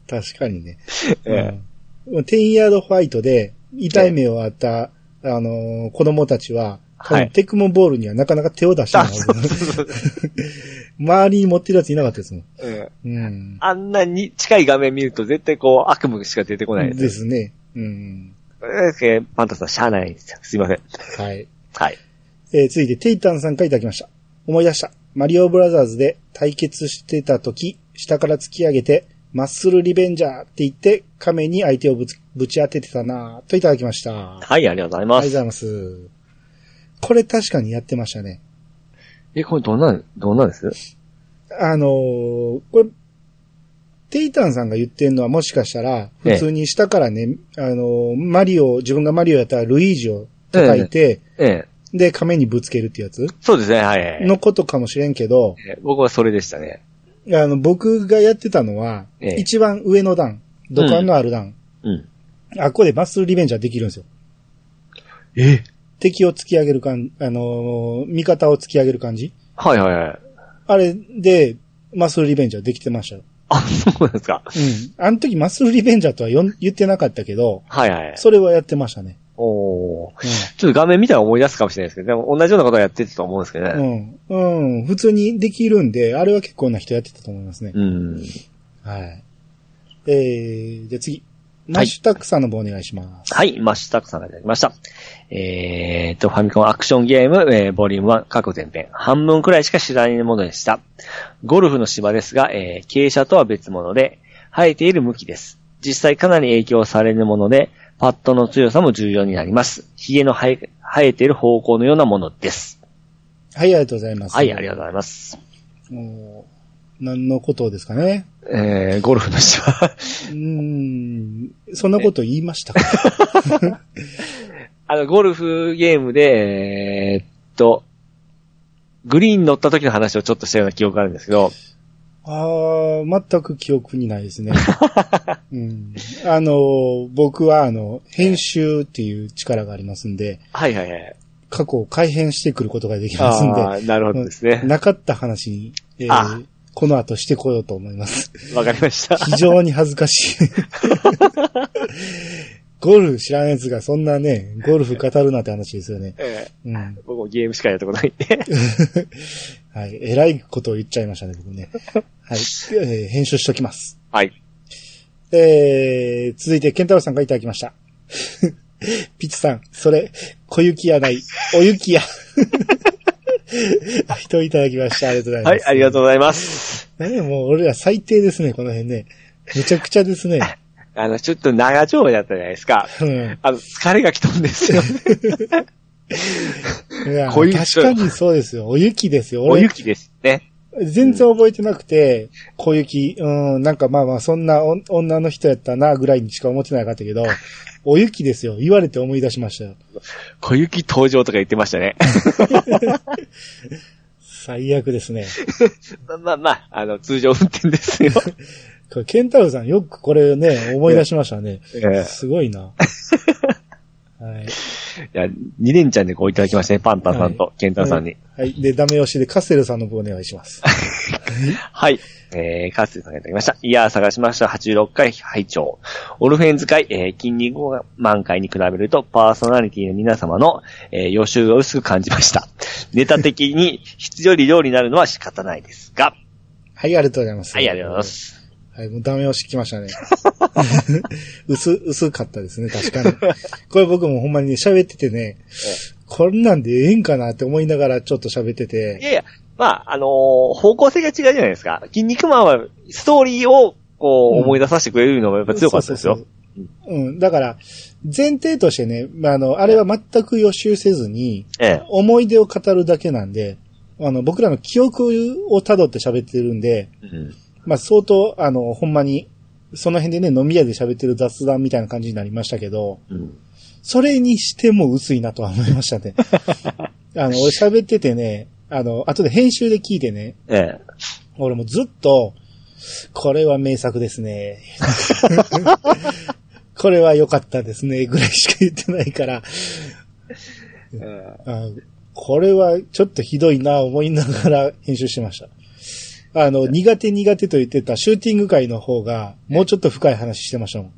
A: 確かにね。
B: え
A: うん、10ヤードファイトで、痛い目をあった、あのー子供たちは、多分
B: はい
A: テクモボールにはなかなか手を出して ない。周りに持ってるやついなかったですもん。
B: えうん
A: うん。
B: あんなに近い画面見ると絶対こう悪夢しか出てこないです
A: で
B: よ。
A: すね。うん。
B: えーパンタさん、しゃあないんですよ。すいません。
A: はい。
B: はい。
A: えー続いて、テイタンさんからいただきました。思い出した。マリオブラザーズで対決してた時、下から突き上げて、マッスルリベンジャーって言って、亀に相手をぶつぶち当ててたなぁといただきました。あり
B: はい、ありがとうござい
A: が
B: ま
A: とうご
B: す。
A: ざいます。これ確かにやってましたね。
B: え、これどんなん、どんなんです
A: あのーこれ、テイタンさんが言ってんのはもしかしたら、普通に下からね、あのーマリオ、自分がマリオやったらルイージを叩いて、
B: ええ。
A: で、亀にぶつけるってやつ
B: そうですね、はい。
A: のことかもしれんけど、
B: え僕はそれでしたね。
A: あの、僕がやってたのは、
B: ええ
A: 一番上の段、土管のある段、
B: うん。
A: あ、ここでマッスルリベンジャーできるんですよ。
B: え
A: 敵を突き上げる感あのー味方を突き上げる感じ
B: はいはいはい。
A: あれで、マッスルリベンジャーできてましたよ。
B: あ、そうなんですか。
A: うん。あの時マッスルリベンジャーとはよん言ってなかったけど、
B: はいはい。
A: それはやってましたね。
B: おーちょっと画面見たら思い出すかもしれないですけど、でも同じようなことはやってたと思うんですけど
A: う
B: ね。
A: ん。うん。うん普通にできるんで、あれは結構な人やってたと思いますね。
B: うん。
A: はい。えー、じゃあ次。マッシュタックさんの方お願いします。
B: はい、マッシュタクさんがいただきました。えーっと、ファミコンアクションゲーム、えーボリューム1、過去前編。半分くらいしか知らないものでした。ゴルフの芝ですが、えー傾斜とは別物で、生えている向きです。実際かなり影響されるもので、パッドの強さも重要になります。髭の生え生えている方向のようなものです。
A: はい、ありがとうございます。
B: はい、ありがとうございます。
A: もう、何のことですかね。
B: えー、ゴルフの芝。
A: うーん、そんなこと言いましたか
B: あの、ゴルフゲームで、えーっと、グリーン乗った時の話をちょっとしたような記憶があるんですけど、
A: ああ、全く記憶にないです ね。うん、あの、僕はあの、編集っていう力がありますんで、
B: はいはいはい。
A: 過去を改変してくることができますんで、
B: ああ、なるほどですね。
A: なかった話に、えー
B: あ
A: この後してこようと思います。
B: わかりました。
A: 非常に恥ずか しい。ゴルフ知らんやつがそんなね、ゴルフ語るなって話ですよね。
B: え
A: うん。
B: え僕もゲームしかやったことないん で。
A: はい。えらいことを言っちゃいましたね、僕ね。 はい。えー編集しときます。
B: はい。
A: えー、続いて、ケンタロウさんがいただきました。 ピッチさん、それ、小雪やない、お雪や。はい、といただきま した。ありがとうございます。
B: はい、ありがとうございます。
A: ねもう俺ら最低ですね、この辺ね。めちゃくちゃですね。
B: あの、ちょっと長丁場だったじゃないですか。
A: うん。
B: あの、疲れが来たんですよ。
A: いや
B: 小
A: 確
B: 雪
A: かにそうですよ。お雪ですよ。
B: お
A: 俺、
B: 雪ですね。
A: 全然覚えてなくて、小雪、うん、なんかまあまあ、そんなお女の人やったな、ぐらいにしか思ってなかったけど、お雪ですよ。言われて思い出しましたよ。
B: 小雪登場とか言ってましたね。
A: 最悪ですね。
B: まあまあまあ、あの、通常運 転ですよ。
A: これケンタロウさんよくこれね、思い出しましたね。
B: え
A: すごいな。はい。
B: えいや、二連チャンでこういただきましたね。パンタンさんとケンタンさんに。
A: はい。で、ダメ押しでカステルさんの方お願いします。
B: はい。えー、カーステさんがいただきました。いやー、探しました。86回拝聴オルフェンズ会、えー、筋肉満開に比べると、パーソナリティの皆様の、えー予習が薄く感じました。ネタ的に 質より量になるのは仕方ないですが。
A: はい、ありがとうございます。
B: はい、ありがとうございま。す。
A: はい、もうダメ押し来ましたね。 薄、薄かったですね、確かに。これ僕もほんまにね喋っててね、こんなんでええんかなって思いながらちょっと喋って
B: い
A: て、
B: やいや、まあ、あのー方向性が違うじゃないですか。筋肉マンは、ストーリーを、こう、
A: うん
B: 思い出させてくれるのがやっぱ強かったですよ
A: そう。そうそう。うん、だから、前提としてね、まあ、あの、あれは全く予習せずに、
B: ええ。
A: 思い出を語るだけなんで、あの、僕らの記憶を辿って喋ってるんで、
B: うん
A: まあ、相当、あの、ほんまに、その辺でね、飲み屋で喋ってる雑談みたいな感じになりましたけど、
B: うん。
A: それにしても薄いなとは思いましたね。あの、俺喋っててね、あの、後で編集で聞いてね、
B: ええ。
A: 俺もずっと、これは名作ですね。これは良かったですね、ぐらいしか言ってないから、あこれはちょっとひどいな思いながら 編集してました。あの、苦手苦手と言ってたシューティング界の方が、もうちょっと深い話してましたもん。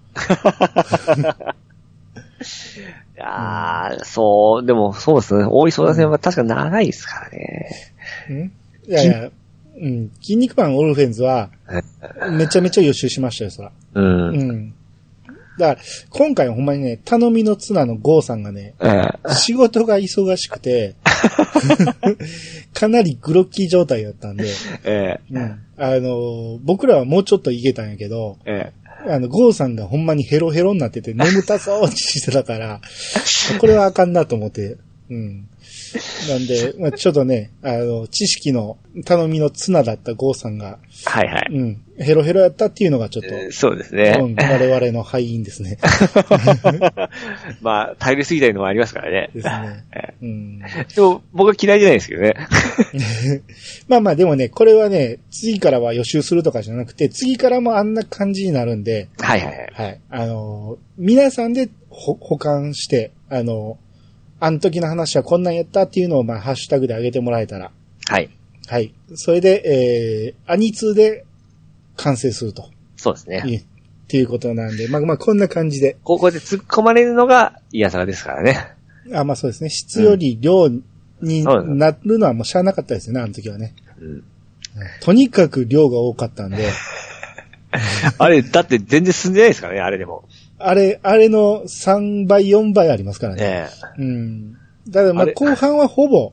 B: いやー、そう、でもそうですね。大井争奪戦は確か長いですからね。
A: んいやいや、うん。筋肉マンオルフェンズは、めちゃめちゃ予習しましたよ、そら。
B: うん。
A: う
B: え
A: ん。だから、今回はほんまにね、頼みの綱のゴーさんがね、
B: え
A: 仕事が忙しくて、 かなりグロッキー状態だったんで、
B: え
A: うん、あの、僕らはもうちょっといけたんやけど、
B: ええ
A: あの、ゴーさんがほんまにヘロヘロになってて、眠たそうってしてた から、これはあかんなと思って、うん。なんで、まあ、ちょっとね、あの、知識の頼みの綱だったゴーさんが、。
B: はいはいう
A: ん、ヘロヘロやったっていうのがちょっと、
B: えーそうです
A: う
B: ね
A: ん。我々の敗因です ね。
B: まあ、頼りすぎたいのもありますからね。
A: ですね。うん、
B: でも、僕は嫌いじゃないですけどね。
A: まあまあ、でもね、これはね、次からは予習するとかじゃなくて、次からもあんな感じになるんで、
B: はいはいはい。
A: はい。あのー皆さんでほ保管して、あのーあの時の話はこんなんやったっていうのを、まあ、ハッシュタグで上げてもらえたら、
B: はい。
A: はい。それで、えー、アニツーで完成すると。
B: そうですね。
A: いいっていうことなんで、まあまあ、こんな感じで。
B: ここで突っ込まれるのが、イヤサガですからね。
A: あ、まあそうですね。質より量に
B: うん
A: なるのはもうしゃあなかったですよね、あの時はね。
B: うん
A: とにかく量が多かったんで、
B: あれ、だって全然進んでないですからね、あれでも。
A: あれ、あれの3倍、4倍ありますからね。
B: え
A: うん。ただま
B: あ
A: あ
B: れ
A: 後半はほぼ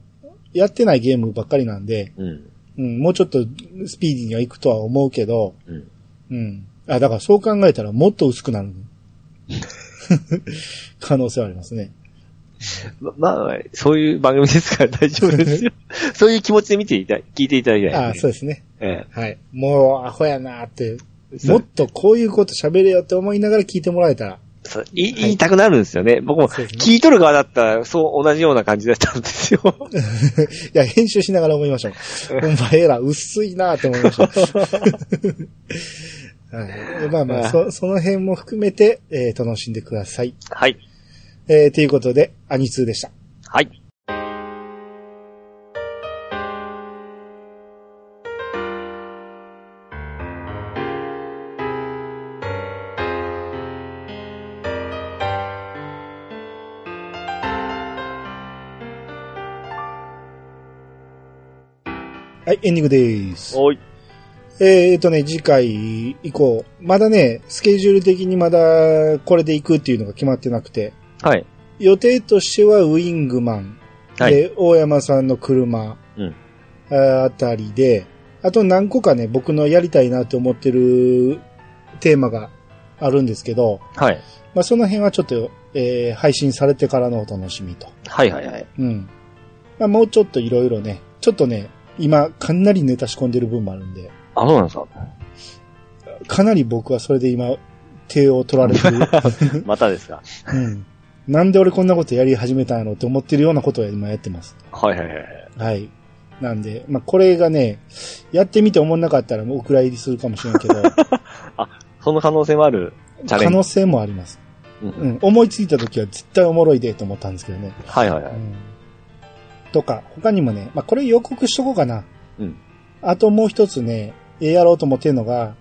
A: やってないゲームばっかりなんで、
B: えうん。
A: うん、もうちょっとスピーディーにはいくとは思うけど、
B: うん。
A: うん。あ、だからそう考えたらもっと薄くなる。 可能性はありますね。
B: ままあ、そういう番組ですから大丈 夫ですよ。そういう気持ちで見ていた、聞いていただきたい、ね。
A: あそうですね。
B: え
A: はい。もうアホやなーって
B: え
A: もっとこういうこと喋れよって思いながら聞いてもらえたら、
B: そうい言いたくなるんですよね。僕も
A: そうですね
B: 聞いとる側だったら、そう同じような感じだったんですよ。
A: いや、編集しながら思いましたもん。ほんま、エラ、薄いなって思いました。 はい、まあまあ、そ、その辺も含めて、えー楽しんでください。
B: はい。
A: えーということで、アニツーでした。
B: はい。
A: はい、エンディングです。
B: おい。
A: えーとね、次回以降、まだね、スケジュール的にまだこれで行くっていうのが決まってなくて、
B: はい。
A: 予定としてはウィングマン、
B: はい。
A: で、大山さんの車、
B: うん
A: ああたりで、あと何個かね、僕のやりたいなと思ってるテーマがあるんですけど、
B: はい。
A: まあ、その辺はちょっと、えー配信されてからのお楽しみと。
B: はいはいはい。
A: うん。まあ、もうちょっといろいろね、ちょっとね、今かなりネタ仕込んでる分もあるんで、
B: あ、そうなんですか。
A: かなり僕はそれで今、手を取られて る。
B: またですか。
A: うん。なんで俺こんなことやり始めたんやろうって思ってるようなことを今やってます。
B: はいはいはい。
A: はい。なんで、まあ、これがね、やってみて思んなかったらもうお蔵入りするかもしれんけ ど、
B: その可能性もあるチャレ
A: 可
B: ンジ。
A: 能性もあります。
B: う
A: うんん。思いついた時は絶対おもろいでと思ったんですけどね。
B: はいはいうはい。
A: ん。とか、他にもね、まあ、これ予告しとこうかな。
B: うん。
A: あともう一つね、えーやろうと思ってるのが、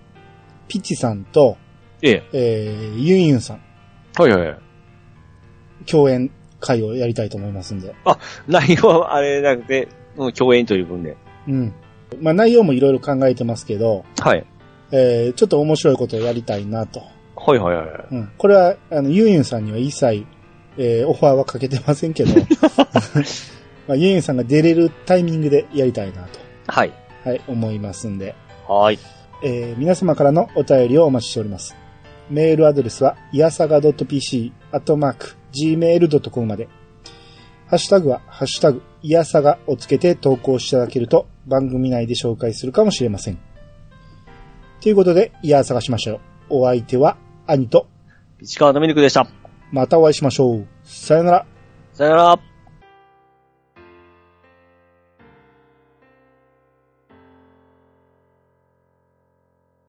A: ピッチさんと、
B: ええ。
A: えー、ユンユンさん、
B: はいはいはい。
A: 共演会をやりたいと思いますんで。
B: 内容はあれなくて、もう共演という分で。
A: うん。まあ、内容もいろいろ考えてますけど、
B: はい。
A: えー、ちょっと面白いことをやりたいなと。
B: はいはいはい。
A: うん。これは、あの、ユンユンさんには一切、えー、オファーはかけてませんけ ど、まあ、ユンユンさんが出れるタイミングでやりたいなと、
B: はい。
A: はい、思いますんで、
B: はい。
A: えー、皆様からのお便りをお待ちしております。メールアドレスは、いやさが .pc、アットマーク、gmail.com まで。ハッシュタグは、ハッシュタグ、いやさがをつけて投稿していただけると、番組内で紹介するかもしれません。ということで、いやさがしましょう。お相手は、兄と、
B: 市川のミルクでした。
A: またお会いしましょう。さよなら。
B: さよなら。